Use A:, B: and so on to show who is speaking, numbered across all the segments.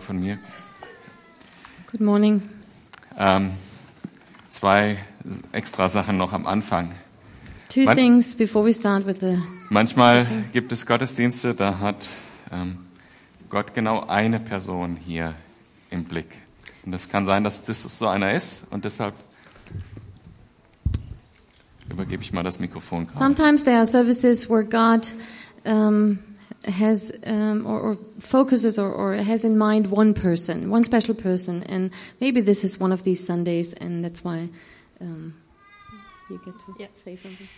A: von mir.
B: Good morning.
A: Ähm, zwei extra Sachen noch am Anfang.
B: Two
A: Manch-
B: things before we start with the.
A: Manchmal gibt es Gottesdienste, da hat ähm, Gott genau eine Person hier im Blick. Und es kann sein, dass das so einer ist und deshalb übergebe ich mal das Mikrofon gerade.
B: Sometimes there are services where God um, has um, or, or focuses or, or has in mind one person, one special person, and maybe this is one of these Sundays, and that's why um, you get to
C: Yeah.
B: say something.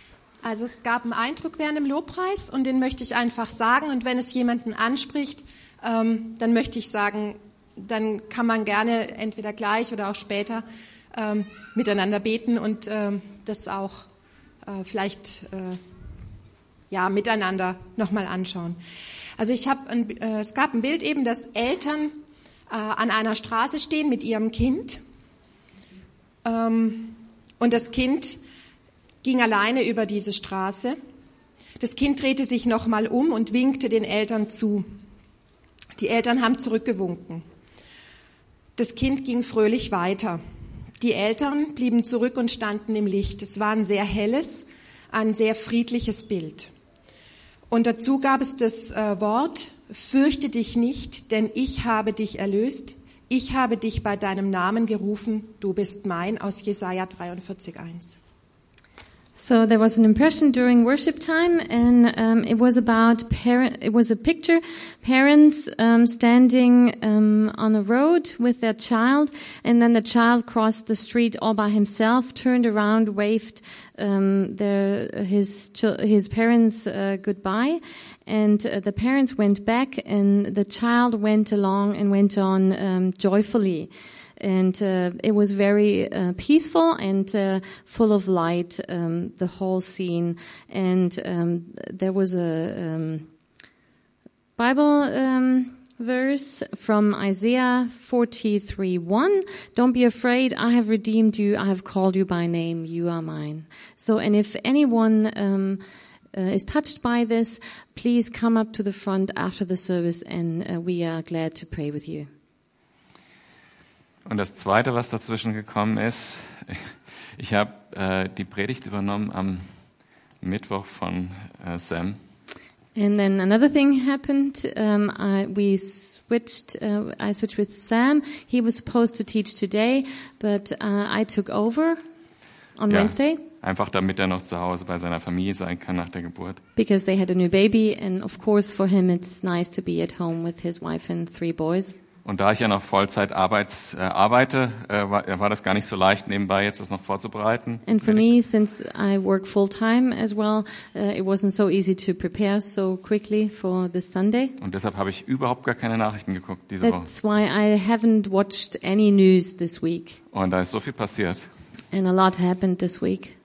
C: Also es gab einen Eindruck während dem Lobpreis und den möchte ich einfach sagen. Und wenn es jemanden anspricht, ähm, dann möchte ich sagen, dann kann man gerne entweder gleich oder auch später ähm, miteinander beten und ähm, das auch äh, vielleicht äh, ja, miteinander nochmal anschauen. Also ich habe, ein- äh, es gab ein Bild eben, dass Eltern äh, an einer Straße stehen mit ihrem Kind ähm, und das Kind ging alleine über diese Straße. Das Kind drehte sich nochmal um und winkte den Eltern zu. Die Eltern haben zurückgewunken. Das Kind ging fröhlich weiter. Die Eltern blieben zurück und standen im Licht. Es war ein sehr helles, ein sehr friedliches Bild. Und dazu gab es das äh, Wort, fürchte dich nicht, denn ich habe dich erlöst. Ich habe dich bei deinem Namen gerufen. Du bist mein aus Jesaja 43,1.
B: So there was an impression during worship time, and um, it was about parent. It was a picture, parents um, standing um, on a road with their child, and then the child crossed the street all by himself, turned around, waved um, their, his chil- his parents uh, goodbye, and uh, the parents went back, and the child went along and went on um, joyfully and uh, it was very uh, peaceful and uh, full of light um, the whole scene and um, there was a um, bible um, verse from isaiah 43 1 don't be afraid i have redeemed you i have called you by name you are mine so and if anyone um, uh, is touched by this please come up to the front after the service and uh, we are glad to pray with you
A: Und das Zweite, was dazwischen gekommen ist, ich habe äh, die Predigt übernommen am Mittwoch von äh, Sam.
B: And then another thing happened. Um, I, we switched. Uh, I switched with Sam. He was supposed to teach today, but uh, I took over on
A: Ja.
B: Wednesday
A: Einfach damit er noch zu Hause bei seiner Familie sein kann nach der Geburt.
B: because they had a new baby, and of course for him it's nice to be at home with his wife and three boys.
A: Und da ich ja noch Vollzeit arbeits, äh, arbeite, äh, war, war das gar nicht so leicht, nebenbei jetzt das noch vorzubereiten.
B: And for me, since I work full time as well, uh, it wasn't so easy to prepare so quickly for this Sunday.
A: Und deshalb habe ich überhaupt gar keine Nachrichten geguckt diese Woche.
B: That's why I haven't watched any news this week,
A: Und da ist so viel passiert.
B: and a lot happened this week.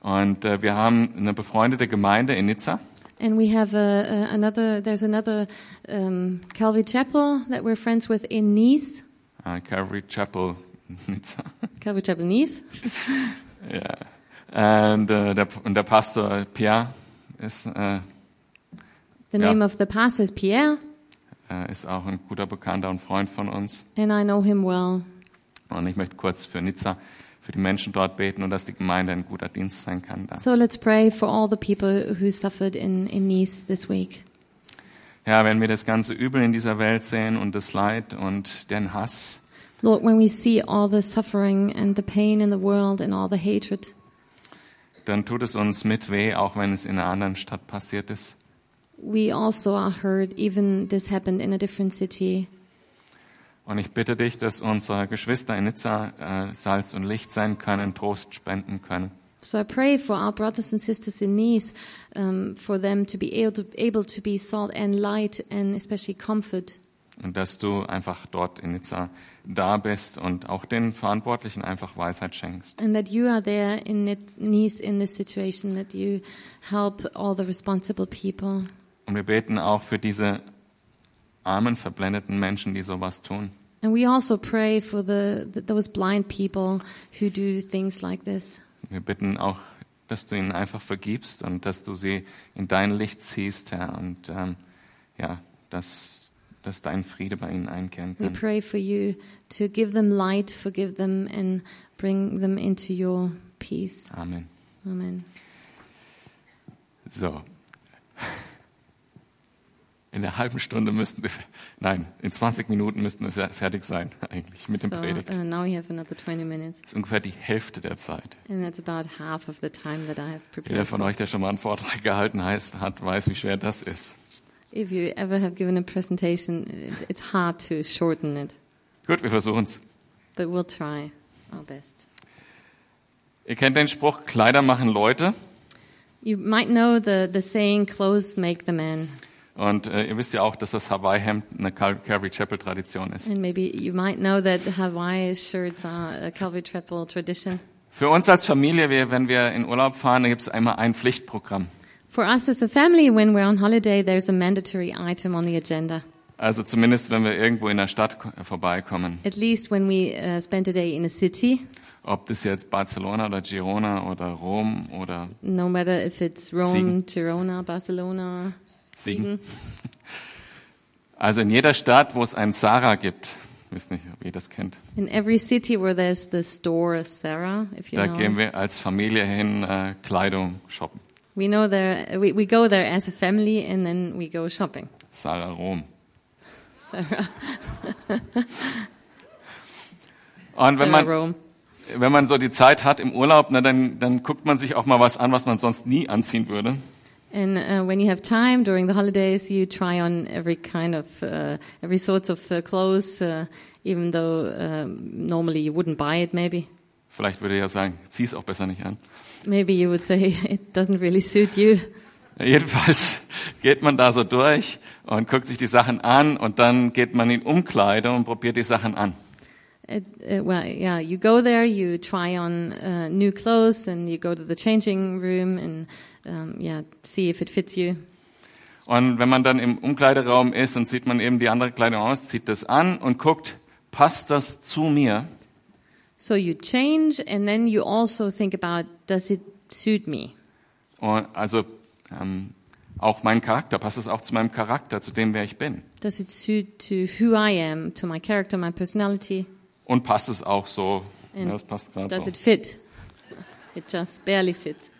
A: Und äh, wir haben eine befreundete Gemeinde in Nizza.
B: And we have a, a, another. There's another um, Calvary Chapel that we're friends with in Nice,
A: Äh, Calvary Chapel, Nizza.
B: Calvary Chapel Nice.
A: Ja. Und, äh, der, und der Pastor Pierre ist, äh,
B: The
A: Yeah.
B: name of the pastor is Pierre,
A: äh, ist auch ein guter Bekannter und Freund von uns.
B: and I know him well.
A: Und ich möchte kurz für Nizza, für die Menschen dort beten und dass die Gemeinde ein guter Dienst sein kann. Da.
B: So let's pray for all the people who suffered in, in Nice this week.
A: Ja, wenn wir das ganze Übel in dieser Welt sehen und das Leid und den Hass,
B: Lord, when we see all the suffering and the pain in the world and all the hatred,
A: dann tut es uns mit weh, auch wenn es in einer anderen Stadt passiert ist.
B: we also are hurt. Even this happened in a different city.
A: Und ich bitte dich, dass unsere Geschwister in Nizza äh, Salz und Licht sein können, Trost spenden können.
B: So I pray for our brothers and sisters in Nice, um, for them to be able to, able to be salt and light, and especially comfort.
A: Und dass du einfach dort in Nizza da bist und auch den Verantwortlichen einfach Weisheit schenkst.
B: And that you are there in it, Nice in this situation, that you help all the responsible people.
A: Und wir beten auch für diese armen, verblendeten Menschen, die sowas tun.
B: And we also pray for the, th those blind people who do things like this.
A: Wir bitten auch, dass du ihnen einfach vergibst und dass du sie in dein Licht ziehst, Herr. Und ähm, ja, dass, dass dein Friede bei ihnen einkehren
B: We
A: kann.
B: pray for you to give them light, forgive them, and bring them into your peace.
A: Amen.
B: Amen.
A: So. In einer halben Stunde müssten wir, nein, in 20 Minuten müssten wir fer- fertig sein, eigentlich, mit dem
B: So
A: Predigt.
B: uh, now we have another 20 minutes,
A: Das ist ungefähr die Hälfte der Zeit.
B: and that's about half of the time that I have
A: Jeder
B: prepared.
A: von euch, der schon mal einen Vortrag gehalten heißt, hat, weiß, wie schwer das ist.
B: If you ever have given a presentation, it- it's hard to shorten it,
A: Gut, wir versuchen's.
B: but we'll try our best.
A: Ihr kennt den Spruch, Kleider machen Leute.
B: You might know the, the saying, clothes make the man.
A: Und äh, ihr wisst ja auch, dass das Hawaii-Hemd eine Cal Calvary Chapel-Tradition ist.
B: And maybe you might know that Hawaii shirts are a Calvary Chapel tradition.
A: Für uns als Familie, wir, wenn wir in Urlaub fahren, da gibt's einmal ein Pflichtprogramm.
B: For us as a family, when we're on holiday, there's a mandatory item on the agenda.
A: Also zumindest, wenn wir irgendwo in der Stadt ko- vorbeikommen.
B: At least when we uh, spend a day in a city,
A: Ob das jetzt Barcelona oder Girona oder Rom oder
B: no matter if it's Rome, Girona, Barcelona.
A: Siegen. Also in jeder Stadt, wo es einen Zara gibt, wisst nicht, ob ihr das kennt,
B: In every city where there's the store Sarah, if you
A: da
B: know.
A: gehen wir als Familie hin, äh, Kleidung shoppen.
B: We know there, we, we go there as a family and then we go shopping.
A: Zara Rom. Und wenn
B: Sarah
A: man,
B: Rome.
A: wenn man so die Zeit hat im Urlaub, na, dann, dann guckt man sich auch mal was an, was man sonst nie anziehen würde.
B: And uh, when you have time during the holidays, you try on every kind of, uh, every sort of uh, clothes, uh, even though um, normally you wouldn't buy it maybe.
A: Vielleicht würde ich ja sagen, zieh es auch besser nicht an.
B: Maybe you would say it doesn't really suit you.
A: Jedenfalls geht man da so durch und guckt sich die Sachen an und dann geht man in Umkleide und probiert die Sachen an.
B: It, uh well, yeah, you go there, you try on uh, new clothes, and you go to the changing room and um, yeah, see if it fits you.
A: Und wenn man dann im Umkleideraum ist, dann zieht man eben die andere Kleidung aus, zieht das an und guckt, passt das zu mir?
B: So you change, and then you also think about does it suit me?
A: Und also ähm, auch mein Charakter, passt es auch zu meinem Charakter, zu dem, wer ich bin?
B: Does it suit to who I am, to my character, my personality?
A: Und passt es auch so?
B: And
A: Ja, das passt gerade
B: Does
A: so.
B: it fit? It just barely fits.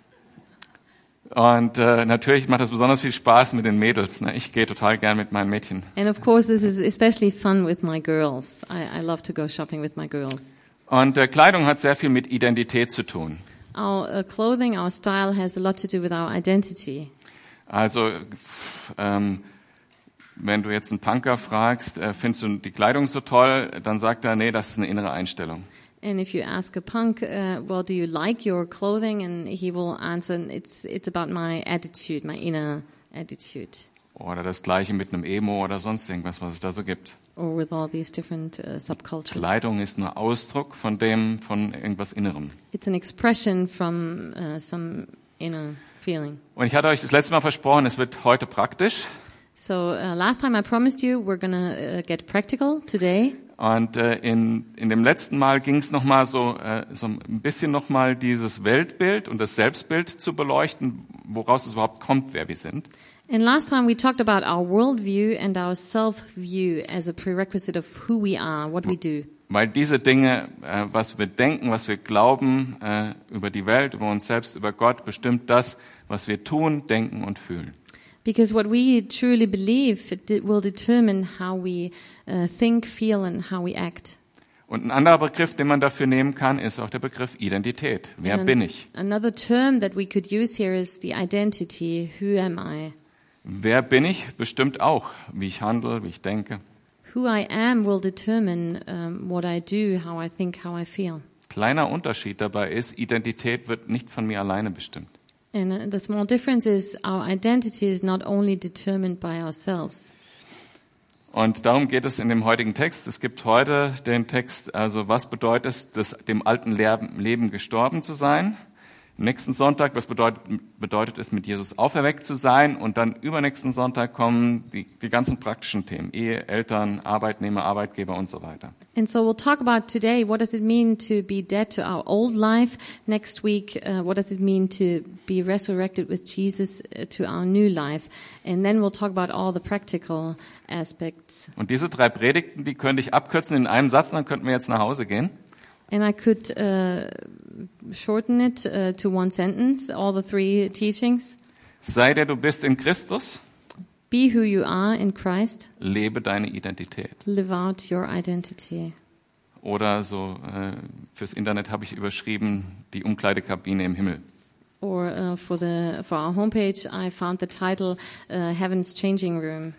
A: Und äh, natürlich macht das besonders viel Spaß mit den Mädels. Ne? Ich gehe total gern mit meinen Mädchen.
B: And of course, this is especially fun with my girls. I, I love to go shopping with my girls.
A: Und äh, Kleidung hat sehr viel mit Identität zu tun.
B: Our uh, clothing, our style has a lot to do with our identity.
A: Also, pff, ähm, wenn du jetzt einen Punker fragst, äh, findest du die Kleidung so toll, dann sagt er, nee, das ist eine innere Einstellung.
B: And if you ask a punk, uh, well, do you like your clothing? And he will answer, it's, it's about my attitude, my inner attitude.
A: Oder das gleiche mit einem Emo oder sonst irgendwas, was es da so gibt.
B: Or with all these different uh, subcultures.
A: Kleidung ist nur Ausdruck von dem, von irgendwas Innerem.
B: It's an expression from uh, some inner feeling.
A: Und ich hatte euch das letzte Mal versprochen, es wird heute praktisch.
B: So uh, last time I promised you we're going to uh, get practical today.
A: Und äh, in, in dem letzten Mal ging es nochmal so, äh, so ein bisschen nochmal dieses Weltbild und das Selbstbild zu beleuchten, woraus es überhaupt kommt, wer wir sind.
B: And last time we talked about our worldview and our self-view as a prerequisite of who we are, what we do.
A: Weil diese Dinge, äh, was wir denken, was wir glauben äh, über die Welt, über uns selbst, über Gott, bestimmt das, was wir tun, denken und fühlen.
B: Because what we truly believe it de- will determine how we uh, think, feel, and how we act.
A: Und ein anderer Begriff, den man dafür nehmen kann, ist auch der Begriff Identität. Wer
B: And
A: bin ich?
B: Another term that we could use here is the identity. Who am I?
A: Wer bin ich bestimmt auch, wie ich handle, wie ich denke.
B: Who I am will determine um, what I do, how I think, how I feel.
A: Kleiner Unterschied dabei ist, Identität wird nicht von mir alleine bestimmt.
B: And uh, the small difference is our identity is not only determined by ourselves.
A: Und darum geht es in dem heutigen Text. Es gibt heute den Text, also was bedeutet es, das, dem alten Leben Leben gestorben zu sein? nächsten Sonntag, was bedeutet, bedeutet es, mit Jesus auferweckt zu sein. Und dann übernächsten Sonntag kommen die, die ganzen praktischen Themen, Ehe, Eltern, Arbeitnehmer, Arbeitgeber und so weiter.
B: And so we'll talk about today what does it mean to be dead to our old life. Next week, uh, what does it mean to be resurrected with Jesus uh, to our new life. And then we'll talk about all the practical aspects.
A: Und diese drei Predigten, die könnte ich abkürzen in einem Satz, dann könnten wir jetzt nach Hause gehen.
B: And I could uh, shorten it uh, to one sentence, all the three teachings.
A: Sei der du bist in Christus,
B: Be who you are in Christ,
A: lebe deine Identität.
B: live out your identity.
A: Oder so äh, fürs Internet habe ich überschrieben, die Umkleidekabine im Himmel.
B: Or uh, for, the, for our homepage, I found the title uh, Heaven's Changing Room.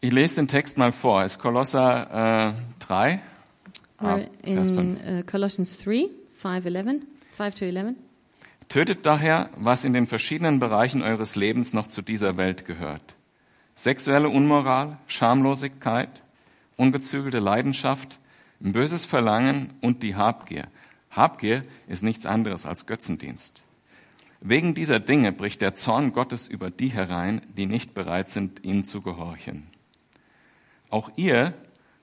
A: Ich lese den Text mal vor. Es ist Kolosser äh, 3, ab
B: We're
A: Vers 5.
B: in uh, Colossians 3, 5, 11, 5 to 11.
A: Tötet daher, was in den verschiedenen Bereichen eures Lebens noch zu dieser Welt gehört. Sexuelle Unmoral, Schamlosigkeit, ungezügelte Leidenschaft, ein böses Verlangen und die Habgier. Habgier ist nichts anderes als Götzendienst. Wegen dieser Dinge bricht der Zorn Gottes über die herein, die nicht bereit sind, ihm zu gehorchen. Auch ihr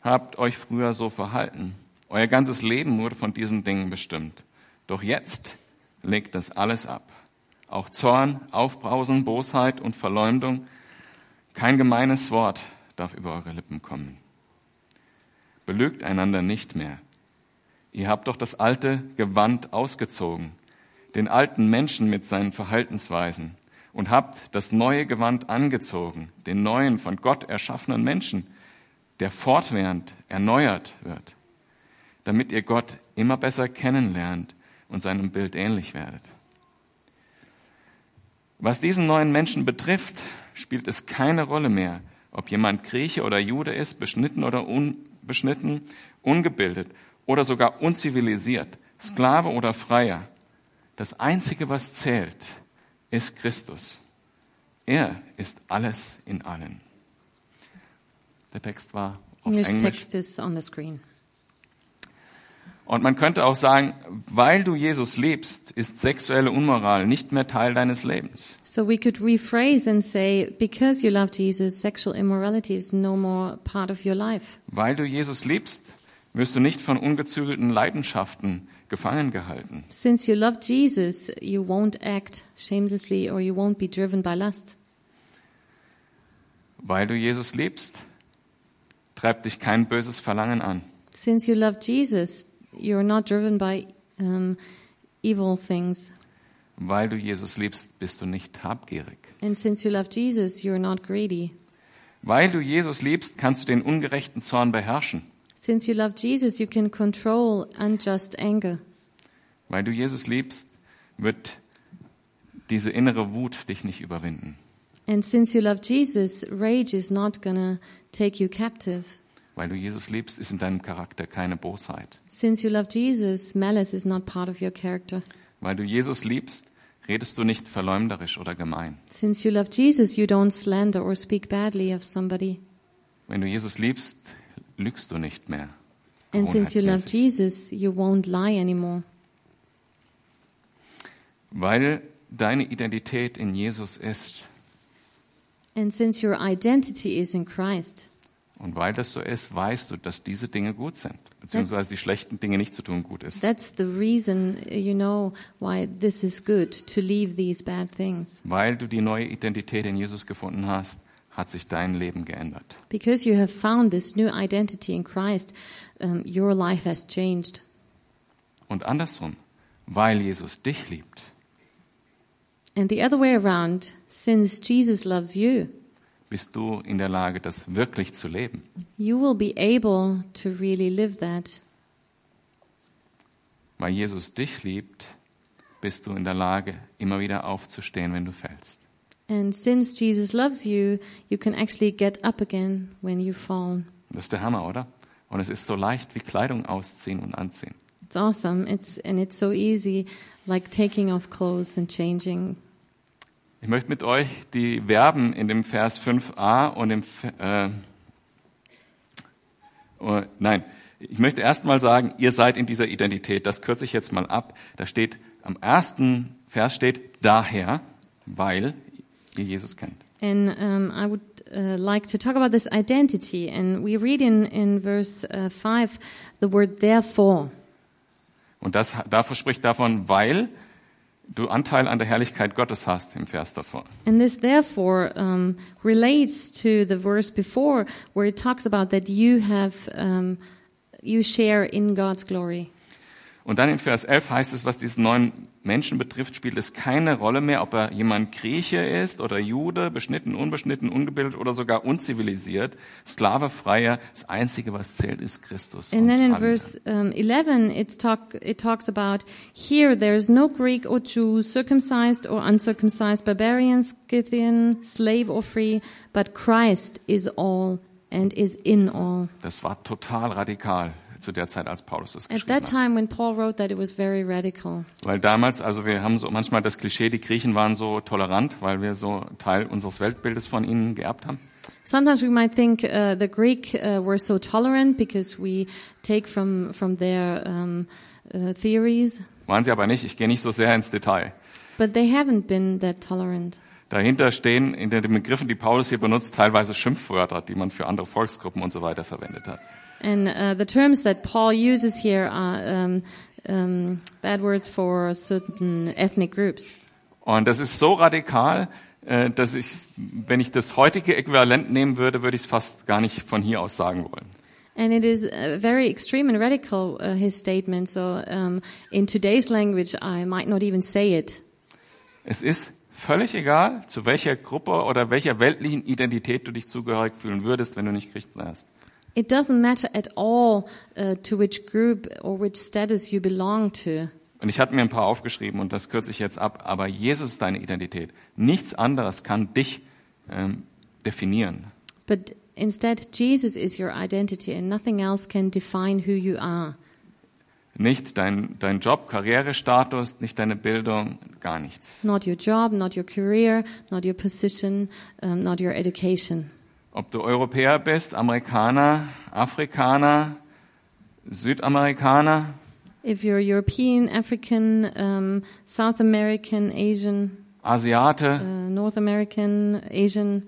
A: habt euch früher so verhalten. Euer ganzes Leben wurde von diesen Dingen bestimmt. Doch jetzt legt das alles ab. Auch Zorn, Aufbrausen, Bosheit und Verleumdung. Kein gemeines Wort darf über eure Lippen kommen. Belügt einander nicht mehr. Ihr habt doch das alte Gewand ausgezogen, den alten Menschen mit seinen Verhaltensweisen und habt das neue Gewand angezogen, den neuen von Gott erschaffenen Menschen, der fortwährend erneuert wird, damit ihr Gott immer besser kennenlernt und seinem Bild ähnlich werdet. Was diesen neuen Menschen betrifft, spielt es keine Rolle mehr, ob jemand Grieche oder Jude ist, beschnitten oder unbeschnitten, ungebildet oder sogar unzivilisiert, Sklave oder Freier. Das Einzige, was zählt, ist Christus. Er ist alles in allen. Der Text war auf
B: English
A: Englisch.
B: text is on the screen.
A: Und man könnte auch sagen, weil du Jesus liebst, ist sexuelle Unmoral nicht mehr Teil deines Lebens.
B: So we could rephrase and say, because you love Jesus, sexual immorality is no more part of your life.
A: Weil du Jesus liebst, wirst du nicht von ungezügelten Leidenschaften gefangen gehalten.
B: Since you love Jesus, you won't act shamelessly or you won't be driven by lust.
A: Weil du Jesus liebst, treibt dich kein böses Verlangen an.
B: Since you love Jesus, you're not driven by um, evil things.
A: Weil du Jesus liebst, bist du nicht habgierig.
B: And since you love Jesus, you're not greedy.
A: Weil du Jesus liebst, kannst du den ungerechten Zorn beherrschen.
B: Since you love Jesus, you can control unjust anger.
A: Weil du Jesus liebst, wird diese innere Wut dich nicht überwinden.
B: And since you love Jesus, rage is not gonna take you captive.
A: Weil du Jesus liebst, ist in deinem Charakter keine Bosheit.
B: Since you love Jesus, malice is not part of your character.
A: Weil du Jesus liebst, redest du nicht verleumderisch oder gemein.
B: Since you love Jesus, you don't slander or speak badly of somebody.
A: Wenn du Jesus liebst, lügst du nicht mehr.
B: And since you love
A: Gewohnheitsmäßig.
B: Jesus, you won't lie anymore.
A: Weil deine Identität in Jesus ist
B: And since your identity is in Christ,
A: und weil das so ist, weißt du, dass diese Dinge gut sind, beziehungsweise die schlechten Dinge nicht zu tun gut ist.
B: that's the reason uh, you know why this is good to leave these bad things.
A: Weil du die neue Identität in Jesus gefunden hast, hat sich dein Leben geändert.
B: Because you have found this new identity in Christ, um, your life has changed.
A: Und andersrum, weil Jesus dich liebt,
B: And the other way around, since Jesus loves you,
A: bist du in der Lage, das wirklich zu leben.
B: you will be able to really live that.
A: Weil Jesus dich liebt, bist du in der Lage, immer wieder aufzustehen, wenn du fällst.
B: And since Jesus loves you, you can actually get up again when you fall.
A: Das ist der Hammer, oder? Und es ist so leicht wie Kleidung ausziehen und anziehen.
B: It's awesome. It's and it's so easy, like taking off clothes and changing.
A: Ich möchte mit euch die Verben in dem Vers 5a und dem F- äh, oh, nein, ich möchte erst mal sagen, ihr seid in dieser Identität. Das kürze ich jetzt mal ab. Da steht am ersten Vers steht daher, weil ihr Jesus kennt.
B: And um, I would uh, like to talk about this identity. And we read in, in verse uh, 5 the word therefore.
A: Und das, davor spricht davon, weil du Anteil an der Herrlichkeit Gottes hast im Vers davor.
B: And this therefore um, relates to the verse before where it talks about that you have, um, you share in God's glory.
A: Und dann in Vers 11 heißt es, was diesen neuen Menschen betrifft, spielt es keine Rolle mehr, ob er jemand Grieche ist oder Jude, beschnitten, unbeschnitten, ungebildet oder sogar unzivilisiert, Sklave, Freier. Das Einzige, was zählt, ist Christus.
B: And then in
A: alle.
B: verse um, 11, it's talk, it talks about here there is no Greek or Jew, circumcised or uncircumcised, barbarian, Scythian, slave or free, but Christ is all and is in all.
A: das war total radikal zu der Zeit, als Paulus das
B: At
A: geschrieben
B: that
A: hat.
B: time, when Paul wrote that, it was very radical.
A: Weil damals, also wir haben so manchmal das Klischee, die Griechen waren so tolerant, weil wir so Teil unseres Weltbildes von ihnen geerbt haben.
B: Sometimes we might think uh, the Greek uh, were so tolerant because we take from from their um, uh, theories,
A: Waren sie aber nicht. Ich gehe nicht so sehr ins Detail.
B: but they haven't been that tolerant.
A: Dahinter stehen in den Begriffen, die Paulus hier benutzt, teilweise Schimpfwörter, die man für andere Volksgruppen und so weiter verwendet hat.
B: And uh, the terms that Paul uses here are um, um, bad words for certain ethnic groups.
A: Und das ist so radikal, äh, dass ich, wenn ich das heutige Äquivalent nehmen würde, würde ich es fast gar nicht von hier aus sagen wollen.
B: And it is uh, very extreme and radical, uh, his statement. So um, in today's language, I might not even say it.
A: Es ist völlig egal, zu welcher Gruppe oder welcher weltlichen Identität du dich zugehörig fühlen würdest, wenn du nicht Christ wärst.
B: It doesn't matter at all uh, to which group or which status you belong to.
A: Und ich hatte mir ein paar aufgeschrieben und das kürze ich jetzt ab. Aber Jesus ist deine Identität. Nichts anderes kann dich ähm, definieren.
B: But instead, Jesus is your identity, and nothing else can define who you are.
A: Nicht dein, dein Job, Karrierestatus, nicht deine Bildung, gar nichts.
B: Not your job, not your career, not your position, um, not your education.
A: Ob du Europäer bist, Amerikaner, Afrikaner, Südamerikaner,
B: If you're European, African, um, South American, Asian, uh,
A: Asiate,
B: North American, Asian,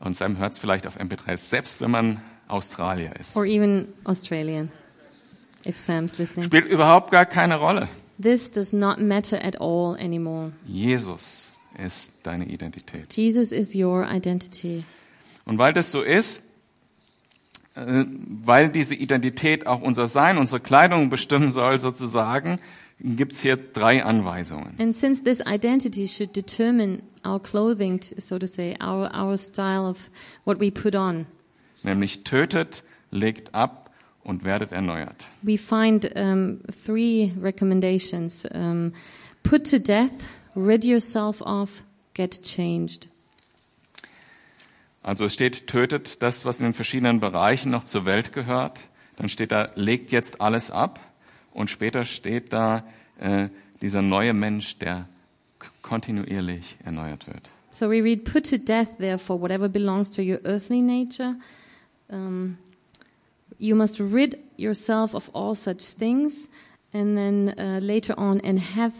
A: und Sam hört es vielleicht auf MP3, selbst wenn man Australier ist.
B: or even Australian, if Sam's listening.
A: Spielt überhaupt gar keine Rolle.
B: This does not matter at all anymore.
A: Jesus ist deine Identität.
B: Jesus is your identity.
A: Und weil das so ist, äh, weil diese Identität auch unser Sein, unsere Kleidung bestimmen soll sozusagen, gibt's hier drei Anweisungen.
B: And since this identity should determine our clothing, t- so to say, our, our style of what we put on,
A: Nämlich tötet, legt ab und werdet erneuert.
B: we find um, three recommendations um, put to death, rid yourself of, get changed.
A: Also es steht, tötet das, was in den verschiedenen Bereichen noch zur Welt gehört. Dann steht da, legt jetzt alles ab. Und später steht da, äh, dieser neue Mensch, der k- kontinuierlich erneuert wird.
B: So we read, put to death, therefore, whatever belongs to your earthly nature. Um, you must rid yourself of all such things. And then uh, later on, and have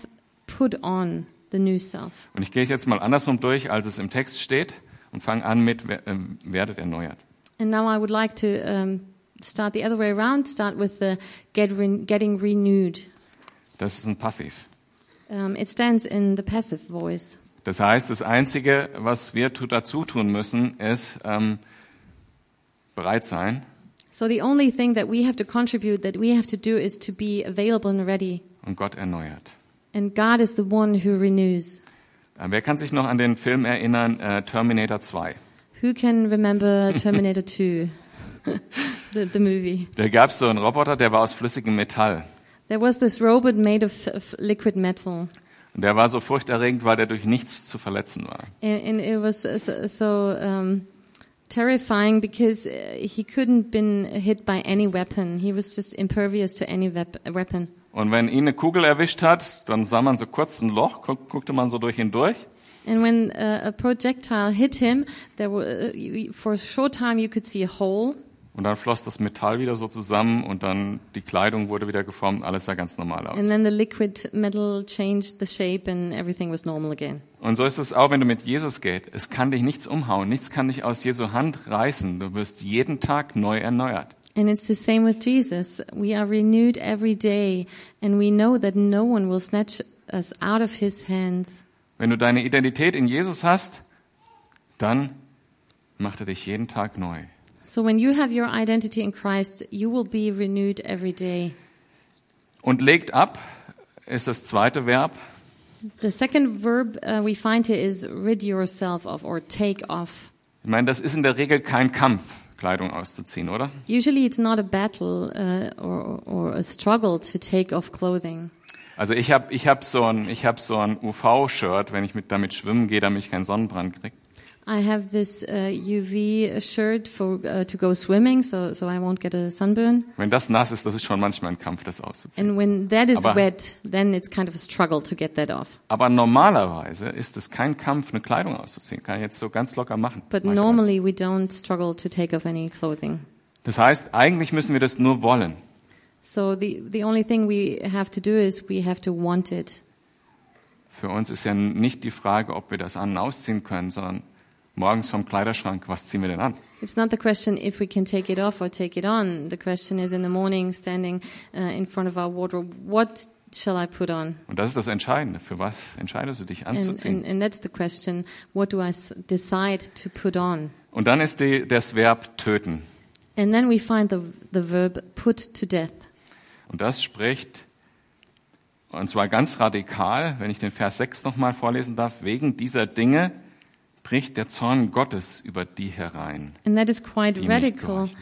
B: put on the new self.
A: Und ich gehe es jetzt mal andersrum durch, als es im Text steht und fange an mit wer- ähm, werdet erneuert.
B: And now I would like to um, start the other way around, start with the get re- getting renewed.
A: Das ist ein Passiv.
B: Um, it stands in the passive voice.
A: Das heißt, das Einzige, was wir tu- dazu tun müssen, ist ähm, bereit sein
B: So the only thing that we have to contribute, that we have to do, is to be available and ready.
A: und Gott erneuert.
B: And God is the one who renews.
A: Äh, Wer kann sich noch an den Film erinnern, äh, Terminator 2?
B: Who can remember Terminator 2? the, the movie.
A: Da gab es so einen Roboter, der war aus flüssigem Metall.
B: There was this robot made of, of liquid metal,
A: Und der war so furchterregend, weil der durch nichts zu verletzen war.
B: and, and it was uh, so, so um, terrifying because uh, he couldn't been hit by any weapon. He was just impervious to any wep- weapon.
A: Und wenn ihn eine Kugel erwischt hat, dann sah man so kurz ein Loch, guck- guckte man so durch ihn durch.
B: And when uh, a projectile hit him, there were, uh, you- you- for a short time you could see a hole,
A: Und dann floss das Metall wieder so zusammen und dann die Kleidung wurde wieder geformt, alles sah ganz normal
B: And
A: aus.
B: then the liquid metal changed the shape and everything was normal again.
A: Und so ist es auch, wenn du mit Jesus gehst. Es kann dich nichts umhauen, nichts kann dich aus Jesu Hand reißen. Du wirst jeden Tag neu erneuert.
B: And it's the same with Jesus. We are renewed every day and we know that no one will snatch us out of his hands.
A: Wenn du deine Identität in Jesus hast, dann macht er dich jeden Tag neu.
B: So when you have your identity in Christ, you will be renewed every day.
A: Und legt ab ist das zweite Verb.
B: The second verb uh, we find here is rid yourself of or take off.
A: Ich meine, das ist in der Regel kein Kampf, Kleidung auszuziehen, oder?
B: Usually it's not a battle uh, or, or a struggle to take off clothing.
A: Also ich habe ich hab so ein, ich hab so ein UV-Shirt, wenn ich mit, damit schwimmen gehe, damit ich keinen Sonnenbrand kriege.
B: I have this uh, UV shirt for uh, to go swimming, so so I won't get a sunburn.
A: Wenn das nass ist, das ist schon manchmal ein Kampf, das auszuziehen.
B: And when that is
A: Aber-
B: wet, then it's kind of a struggle to get that off.
A: Aber normalerweise ist es kein Kampf, eine Kleidung auszuziehen. Kann ich jetzt so ganz locker machen.
B: But
A: Mach ich aber nicht.
B: normally we don't struggle to take off any clothing.
A: Das heißt, eigentlich müssen wir das nur wollen.
B: So the the only thing we have to do is we have to want it.
A: Für uns ist ja nicht die Frage, ob wir das an- und ausziehen können, sondern morgens vom Kleiderschrank, was ziehen wir denn an?
B: It's not the question if we can take it off or take it on. The question is in the morning, standing uh, in front of our wardrobe, what shall I put on?
A: Und das ist das Entscheidende. Für was entscheidest du dich
B: And,
A: anzuziehen?
B: and, and that's the question. What do I s- decide to put on?
A: Und dann ist die, das Verb töten.
B: And then we find the, the verb put to death.
A: Und das spricht, und zwar ganz radikal, wenn ich den Vers 6 nochmal vorlesen darf, wegen dieser Dinge bricht der Zorn Gottes über die herein.
B: And that is quite
A: Die nicht
B: radical.
A: gehorchen.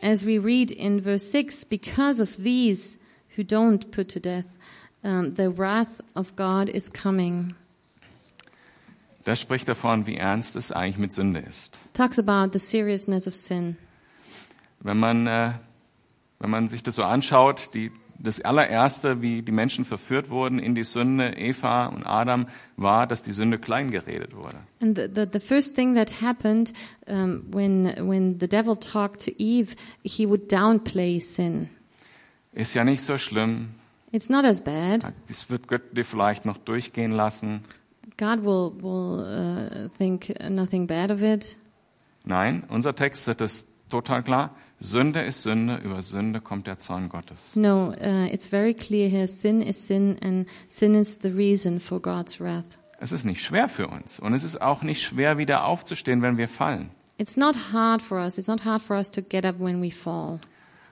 B: As we read in verse 6, because of these who don't put to death, um, the wrath of God is coming.
A: Das spricht davon, wie ernst es eigentlich mit Sünde ist.
B: Talks about the seriousness of sin.
A: Wenn man, äh, wenn man sich das so anschaut, die, das allererste, wie die Menschen verführt wurden in die Sünde, Eva und Adam, war, dass die Sünde klein geredet wurde.
B: And the, the, the first thing that happened um, when, when the devil talked to Eve, he would downplay sin.
A: Ist ja nicht so schlimm.
B: It's not as bad.
A: Das wird Gott dir vielleicht noch durchgehen lassen.
B: God will, will uh, think nothing bad of it.
A: Nein, unser Text sagt es total klar. Sünde ist Sünde, über Sünde kommt der Zorn Gottes.
B: No, uh, it's very clear here sin is sin, and sin is the reason for God's wrath.
A: Es ist nicht schwer für uns und es ist auch nicht schwer, wieder aufzustehen, wenn wir fallen.
B: It's not hard for us. It's not hard for us to get up when we fall.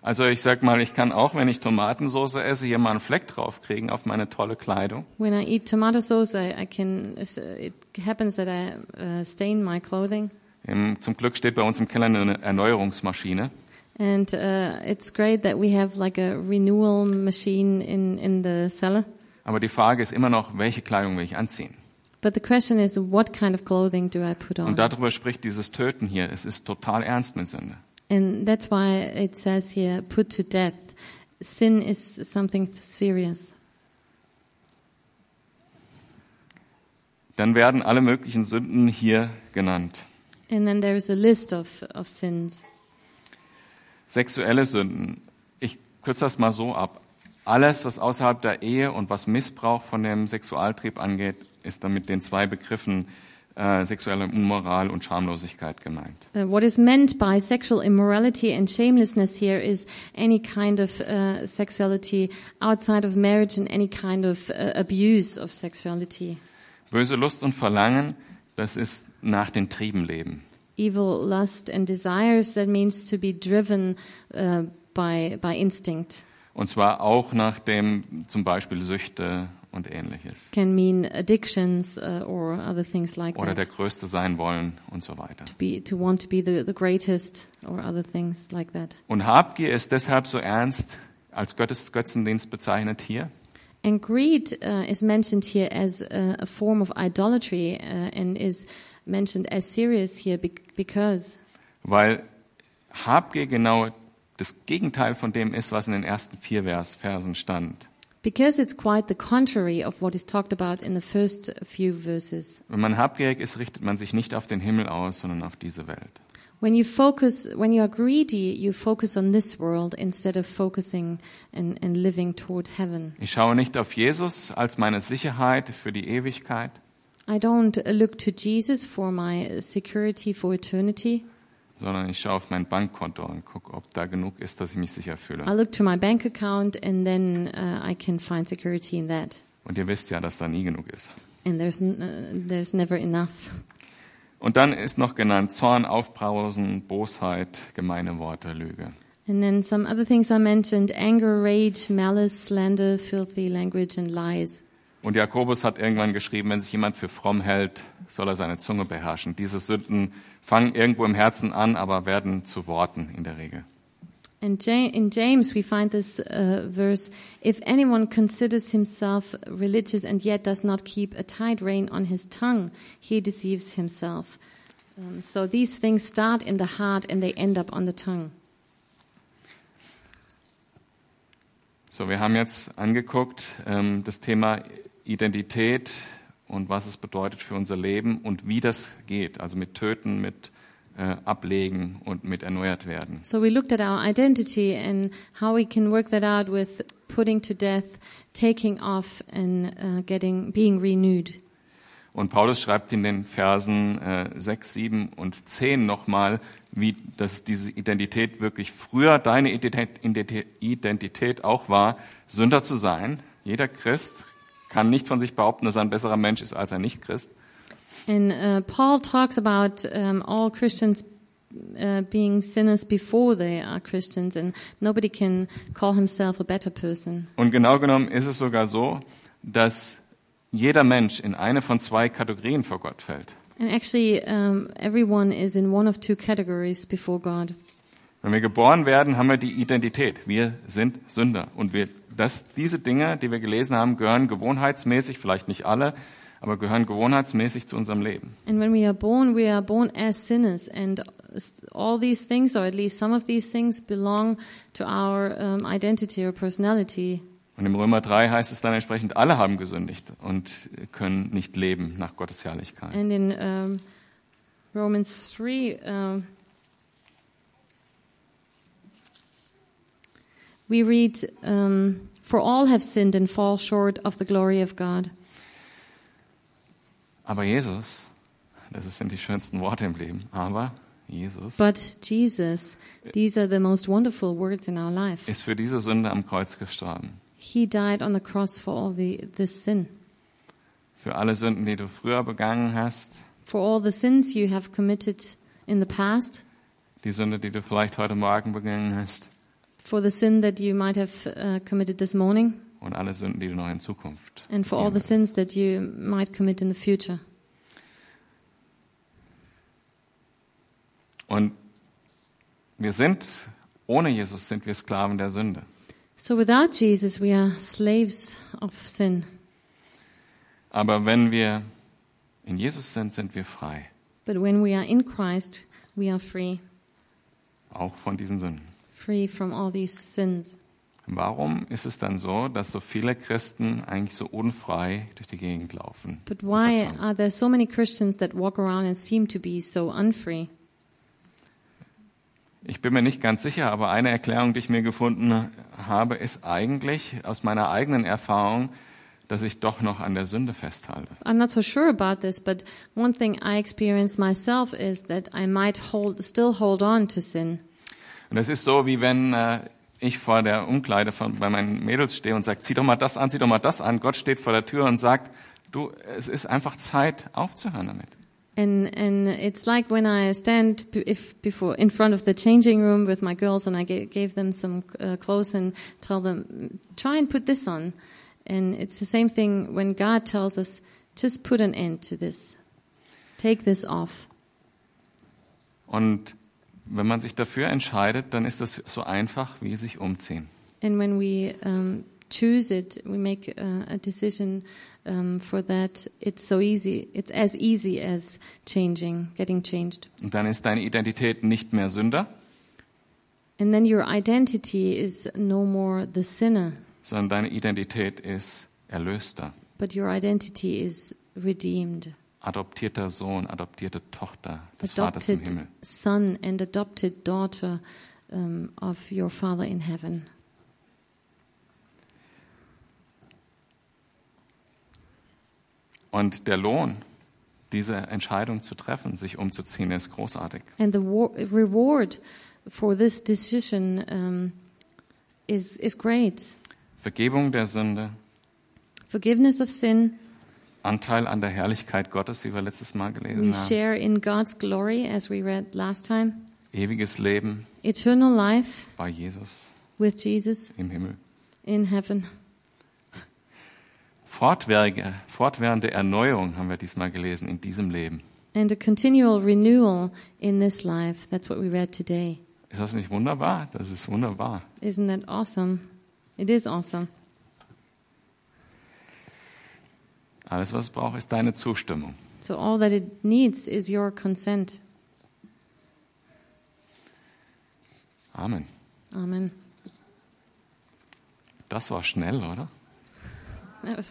A: Also ich sag mal, ich kann auch, wenn ich Tomatensauce esse, hier mal einen Fleck draufkriegen auf meine tolle Kleidung.
B: When I eat tomato sauce, I, I can. it's, uh, It happens that I uh, stain my clothing,
A: Im, zum Glück steht bei uns im Keller eine Erneuerungsmaschine.
B: and uh, it's great that we have like a renewal machine in in the cellar.
A: Aber die Frage ist immer noch, welche Kleidung will ich anziehen?
B: But the question is, what kind of clothing do I put on?
A: Und darüber spricht dieses Töten hier. Es ist total ernst mit Sünde.
B: and that's why it says here, put to death. Sin is something serious.
A: Dann werden alle möglichen Sünden hier genannt.
B: And then there is a list of, of sins.
A: Sexuelle Sünden. Ich kürze das mal so ab. Alles, was außerhalb der Ehe und was Missbrauch von dem Sexualtrieb angeht, ist dann mit den zwei Begriffen äh, sexuelle Unmoral und Schamlosigkeit gemeint.
B: Uh, what is meant by sexual immorality and shamelessness here is any kind of uh, sexuality outside of marriage and any kind of uh, abuse of sexuality.
A: Böse Lust und Verlangen, das ist nach den Trieben leben.
B: Evil lust and desires, that means to be driven uh, by, by instinct,
A: Und zwar auch nach dem zum Beispiel Süchte und ähnliches.
B: can mean addictions uh, or other things like
A: Oder der
B: that.
A: Größte sein wollen und so weiter.
B: Be, to want to be the, the greatest or other things like that.
A: Und Habgier ist deshalb so ernst als Gottes Götzendienst bezeichnet hier,
B: And greed uh, is mentioned here as a, a form of idolatry uh, and is mentioned as serious here bec- because
A: Weil Habgier genau das Gegenteil von dem ist, was in den ersten vier Vers Versen stand.
B: because it's quite the contrary of what is talked about in the first few verses.
A: Wenn man habgierig ist, richtet man sich nicht auf den Himmel aus, sondern auf diese Welt.
B: When you focus, when you are greedy, you focus on this world instead of focusing and, and living toward heaven.
A: Ich schaue nicht auf Jesus als meine Sicherheit für die Ewigkeit,
B: I don't look to Jesus for my security for eternity.
A: sondern ich schaue auf mein Bankkonto und gucke, ob da genug ist, dass ich mich sicher
B: I
A: fühle.
B: look to my bank account and then uh, I can find security in that.
A: Und ihr wisst ja, dass da nie genug ist.
B: And there's, n- uh, there's never enough.
A: Und dann ist noch genannt Zorn, Aufbrausen, Bosheit, gemeine Worte, Lüge.
B: And then some other things I mentioned anger, rage, malice, slander, filthy language, and lies.
A: Und Jakobus hat irgendwann geschrieben, wenn sich jemand für fromm hält, soll er seine Zunge beherrschen. Diese Sünden fangen irgendwo im Herzen an, aber werden zu Worten in der Regel.
B: And Ja- in James, we find this uh, verse If anyone considers himself religious and yet does not keep a tight rein on his tongue, he deceives himself. Um, so these things start in the heart and they end up on the tongue.
A: So, wir haben jetzt angeguckt ähm, das Thema Identität und was es bedeutet für unser Leben und wie das geht. Also mit Töten, mit äh, Ablegen und mit erneuert werden.
B: So we looked at our identity and how we can work that out with putting to death, taking off, and uh, getting being renewed.
A: Und Paulus schreibt in den Versen äh, 6, 7 und 10 nochmal, wie dass diese Identität wirklich früher deine Identität- Identi- Identität auch war, Sünder zu sein. Jeder Christ kann nicht von sich behaupten, dass er ein besserer Mensch ist als ein Nicht-Christ.
B: And uh, Paul talks about um, all Christians uh, being sinners before they are Christians, and nobody can call himself a better person.
A: Und genau genommen ist es sogar so, dass jeder Mensch in eine von zwei Kategorien vor Gott fällt.
B: And actually, um, everyone is in one of two categories before God.
A: Wenn wir geboren werden, haben wir die Identität. Wir sind Sünder. Und wir, das, diese Dinge, die wir gelesen haben, gehören gewohnheitsmäßig, vielleicht nicht alle, aber gehören gewohnheitsmäßig zu unserem Leben.
B: And when we are born, we are born as sinners, and s- all these things, or at least some of these things, belong to our um, identity or personality.
A: Und im Römer 3 heißt es dann entsprechend, alle haben gesündigt und können nicht leben nach Gottes Herrlichkeit.
B: And in um, Romans 3, um, we read, um, For all have sinned and fall short of the glory of God.
A: Aber Jesus, das sind die schönsten Worte im Leben, aber Jesus
B: But Jesus, these are the most wonderful words in our life.
A: ist für diese Sünde am Kreuz gestorben.
B: He died on the cross for all the, this sin.
A: Für alle Sünden, die du früher begangen hast,
B: for all the sins you have committed in the past,
A: die Sünde, die du vielleicht heute Morgen begangen hast
B: for the sin that you might have uh, committed this morning,
A: und alle Sünden, die du noch in Zukunft
B: and for all the sins that you might commit in the future.
A: Und wir sind, ohne Jesus sind wir Sklaven der Sünde.
B: So without Jesus, we are slaves of sin.
A: Aber wenn wir in Jesus sind, sind wir frei,
B: But when we are in Christ, we are free,
A: auch von diesen Sünden.
B: free from all these sins.
A: Warum ist es dann so, dass so viele Christen eigentlich so unfrei durch die Gegend laufen?
B: But why
A: Vertrauen.
B: are there so many Christians that walk around and seem to be so unfree?
A: Ich bin mir nicht ganz sicher, aber eine Erklärung, die ich mir gefunden habe, ist eigentlich aus meiner eigenen Erfahrung, dass ich doch noch an der Sünde festhalte.
B: I'm not so sure about this, but one thing I experienced myself is that I might hold, still hold on to sin.
A: Und das ist so, wie wenn äh, ich vor der Umkleide von, bei meinen Mädels stehe und sage, zieh doch mal das an, zieh doch mal das an. Gott steht vor der Tür und sagt, du, es ist einfach Zeit, aufzuhören damit.
B: And and it's like when I stand b- if before in front of the changing room with my girls, and I gave, gave them some uh, clothes and tell them, try and put this on. And it's the same thing when God tells us, just put an end to this, take this off.
A: Und wenn man sich dafür entscheidet, dann ist das so einfach wie sich umziehen.
B: And when we um, choose it, we make uh, a decision um, for that. It's so easy. It's as easy as changing, getting changed.
A: Und dann ist deine Identität nicht mehr Sünder,
B: And then your identity is no more the sinner.
A: sondern deine Identität ist Erlöster,
B: but your identity is redeemed,
A: adoptierter Sohn, adoptierte Tochter des Vaters im
B: adopted
A: Himmel.
B: son and adopted daughter um, of your Father in heaven.
A: Und der Lohn, diese Entscheidung zu treffen, sich umzuziehen, ist großartig.
B: And the war- reward for this decision um, is, is great
A: Vergebung der Sünde,
B: forgiveness of sin.
A: Anteil an der Herrlichkeit Gottes, wie wir letztes Mal
B: We
A: gelesen haben,
B: share in God's glory, as we read last time,
A: ewiges Leben
B: eternal life
A: bei Jesus
B: with Jesus
A: im Himmel.
B: in heaven.
A: Fortwährige, fortwährende Erneuerung haben wir diesmal gelesen in diesem Leben.
B: And a continual renewal in this life. That's what we read today.
A: Ist das nicht wunderbar? Das ist wunderbar.
B: Isn't that awesome? It is awesome.
A: Alles, was es braucht, ist deine Zustimmung.
B: So, all that it needs is your consent.
A: Amen.
B: Amen.
A: Das war schnell, oder?
B: That was